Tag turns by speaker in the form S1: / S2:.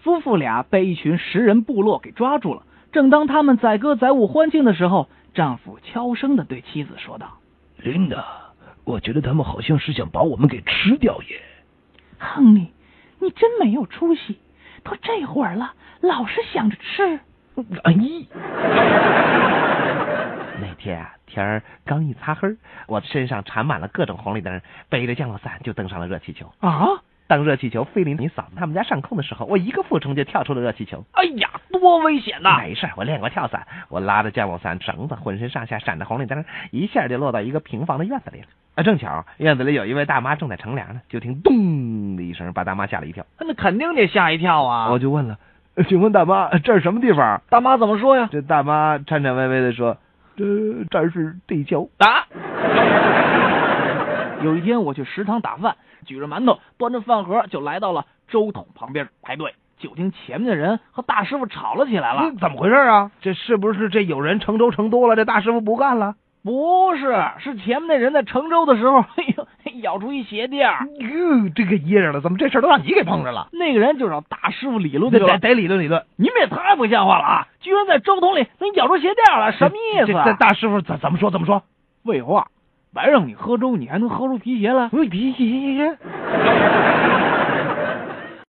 S1: 夫妇俩被一群食人部落给抓住了。正当他们载歌载舞欢庆的时候，丈夫悄声的对妻子说道
S2: 琳达，我觉得他们好像是想把我们给吃掉耶。：“
S1: 亨利，你真没有出息，都这会儿了，老是想着吃。
S2: 哎，咦
S3: 那天啊，天儿刚一擦黑儿，我身上缠满了各种红绿灯，背着降落伞就登上了热气球。”
S1: 啊！
S3: 当热气球飞临你嫂子他们家上空的时候，我一个俯冲就跳出了热气球。
S1: 哎呀，多危险呐、
S3: 没事儿，我练过跳伞，我拉着降落伞绳子，浑身上下闪着红绿灯，一下就落到一个平房的院子里了。啊，正巧院子里有一位大妈正在乘凉呢，就听咚的一声，把大妈吓了一跳。
S1: 那肯定得吓一跳啊！
S3: 我就问了，呃请问大妈这是什么地方？
S1: 大妈怎么说呀？
S3: 这大妈颤颤巍巍的说，这这儿是地球。
S1: 打。有一天我去食堂打饭，举着馒头，端着饭盒就来到了粥桶旁边排队，就听前面的人和大师傅吵了起来了。
S2: 怎么回事啊？这是不是这有人盛粥盛多了，这大师傅不干了？
S1: 不是，是前面那人在盛粥的时候， 哎呦，咬出一鞋垫儿。
S2: 哟，这个噎着了，怎么这事儿都让你给碰着了？
S1: 那个人就找大师傅理论去
S2: 得得
S1: 了。
S2: 得理论理论，
S1: 你们也太不像话了啊！居然在粥桶里能咬出鞋垫儿来，什么意思
S2: 这这
S1: 啊？
S2: 大师傅怎怎么说怎么说？啊哎
S1: 废话，白让你喝粥，你还能喝出皮鞋来？
S2: 喂，别别别别！